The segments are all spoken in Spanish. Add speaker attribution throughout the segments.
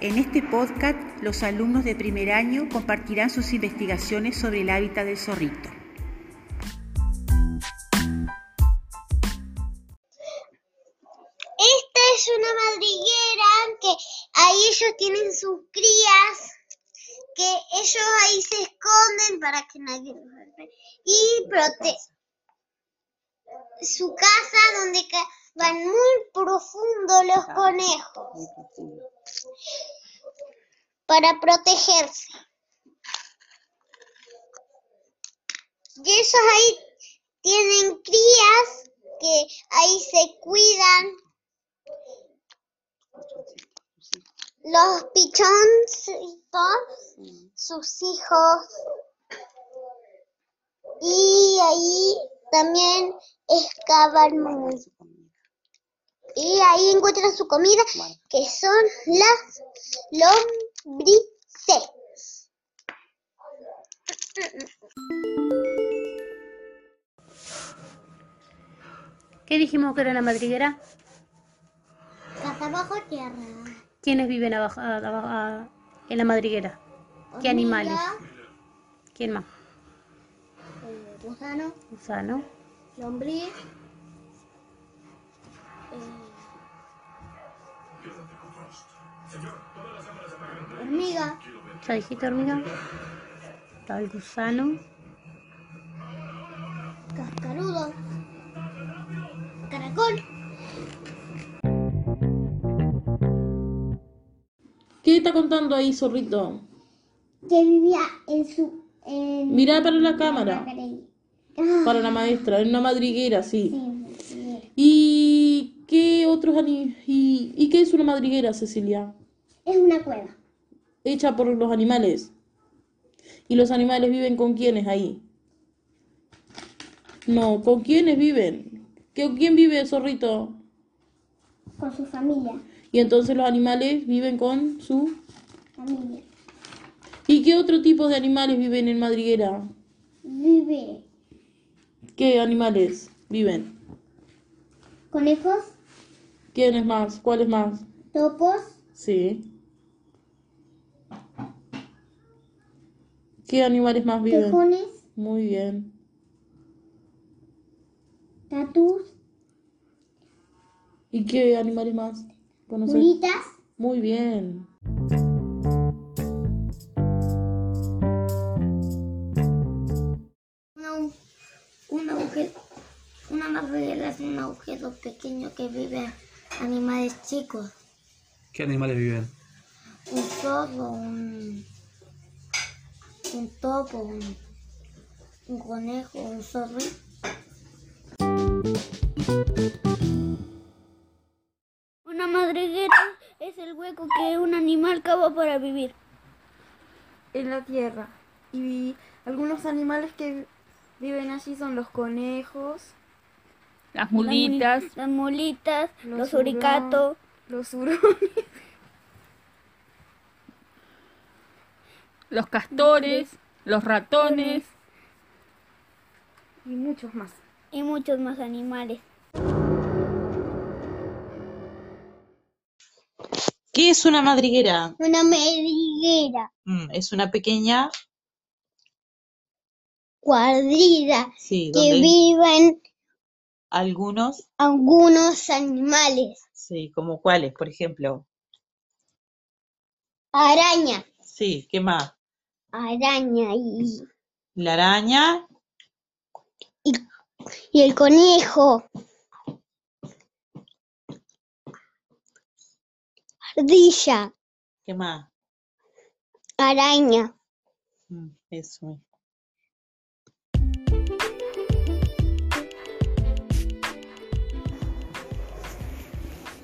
Speaker 1: En este podcast, los alumnos de primer año compartirán sus investigaciones sobre el hábitat del zorrito.
Speaker 2: Esta es una madriguera que ahí ellos tienen sus crías, que ellos ahí se esconden para que nadie los ve y protegen su casa donde ca- van muy profundo los conejos para protegerse. Y ellos ahí tienen crías que ahí se cuidan. Los pichoncitos, sus hijos. Y ahí también excavan muy. Y ahí encuentran su comida, que son las lombrices.
Speaker 3: ¿Qué dijimos que era la madriguera?
Speaker 2: Casa bajo tierra.
Speaker 3: ¿Quiénes viven abajo, a- a- a- en la madriguera? ¿Qué animales? ¿Quién más?
Speaker 2: eh, Gusano,
Speaker 3: Gusano,
Speaker 2: lombriz. Eh, Hormiga,
Speaker 3: ya dijiste hormiga. Está el gusano,
Speaker 2: cascarudo, caracol.
Speaker 4: ¿Qué está contando ahí, zorrito?
Speaker 2: que vivía en su en
Speaker 4: Mirá para la cámara,
Speaker 2: Madrid.
Speaker 4: para la maestra, en una madriguera, sí.
Speaker 2: Sí,
Speaker 4: ¿Y qué otros ani- y, y qué es una madriguera, Cecilia?
Speaker 2: es una cueva
Speaker 4: Hecha por los animales. ¿Y los animales viven con quiénes ahí? No, ¿con quiénes viven? ¿Qué- ¿Quién vive, zorrito?
Speaker 2: con su familia,
Speaker 4: Y entonces los animales viven con su...
Speaker 2: familia.
Speaker 4: ¿Y qué otro tipo de animales viven en madriguera?
Speaker 2: Vive
Speaker 4: ¿Qué animales viven?
Speaker 2: conejos,
Speaker 4: ¿Quiénes más? ¿Cuáles más?
Speaker 2: topos,
Speaker 4: Sí. ¿Qué animales más viven?
Speaker 2: tejones,
Speaker 4: Muy bien.
Speaker 2: tatús,
Speaker 4: ¿Y qué animales más conoces?
Speaker 2: mulitas.
Speaker 4: Muy bien.
Speaker 5: Una, un- un agujero, una madriguera es un agujero pequeño que vive animales chicos,
Speaker 6: ¿Qué animales viven?
Speaker 5: un zorro, un, un topo, un, un conejo, un zorro.
Speaker 7: Una madriguera es el hueco que un animal cava para vivir.
Speaker 8: en la tierra. Y algunos animales que viven allí son los conejos,
Speaker 9: Las
Speaker 7: Las muli-
Speaker 9: mulitas,
Speaker 7: Las molitas,
Speaker 8: Los
Speaker 7: los suricatos,
Speaker 8: los hurones,
Speaker 9: los castores, los ratones.
Speaker 8: y muchos más.
Speaker 7: y muchos más animales.
Speaker 10: ¿Qué es una madriguera?
Speaker 2: Una madriguera
Speaker 10: Mm, es una pequeña,
Speaker 2: cuadrida
Speaker 10: sí,
Speaker 2: que
Speaker 10: donde
Speaker 2: viven
Speaker 10: algunos,
Speaker 2: algunos animales.
Speaker 10: sí, como cuáles, por ejemplo.
Speaker 2: Araña,
Speaker 10: Sí, ¿qué más?
Speaker 2: araña y,
Speaker 10: La araña,
Speaker 2: y el conejo. Ardilla,
Speaker 10: ¿qué más?
Speaker 2: araña.
Speaker 10: Mm, eso.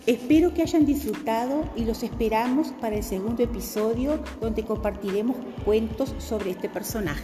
Speaker 1: Espero que hayan disfrutado y los esperamos para el segundo episodio donde compartiremos cuentos sobre este personaje.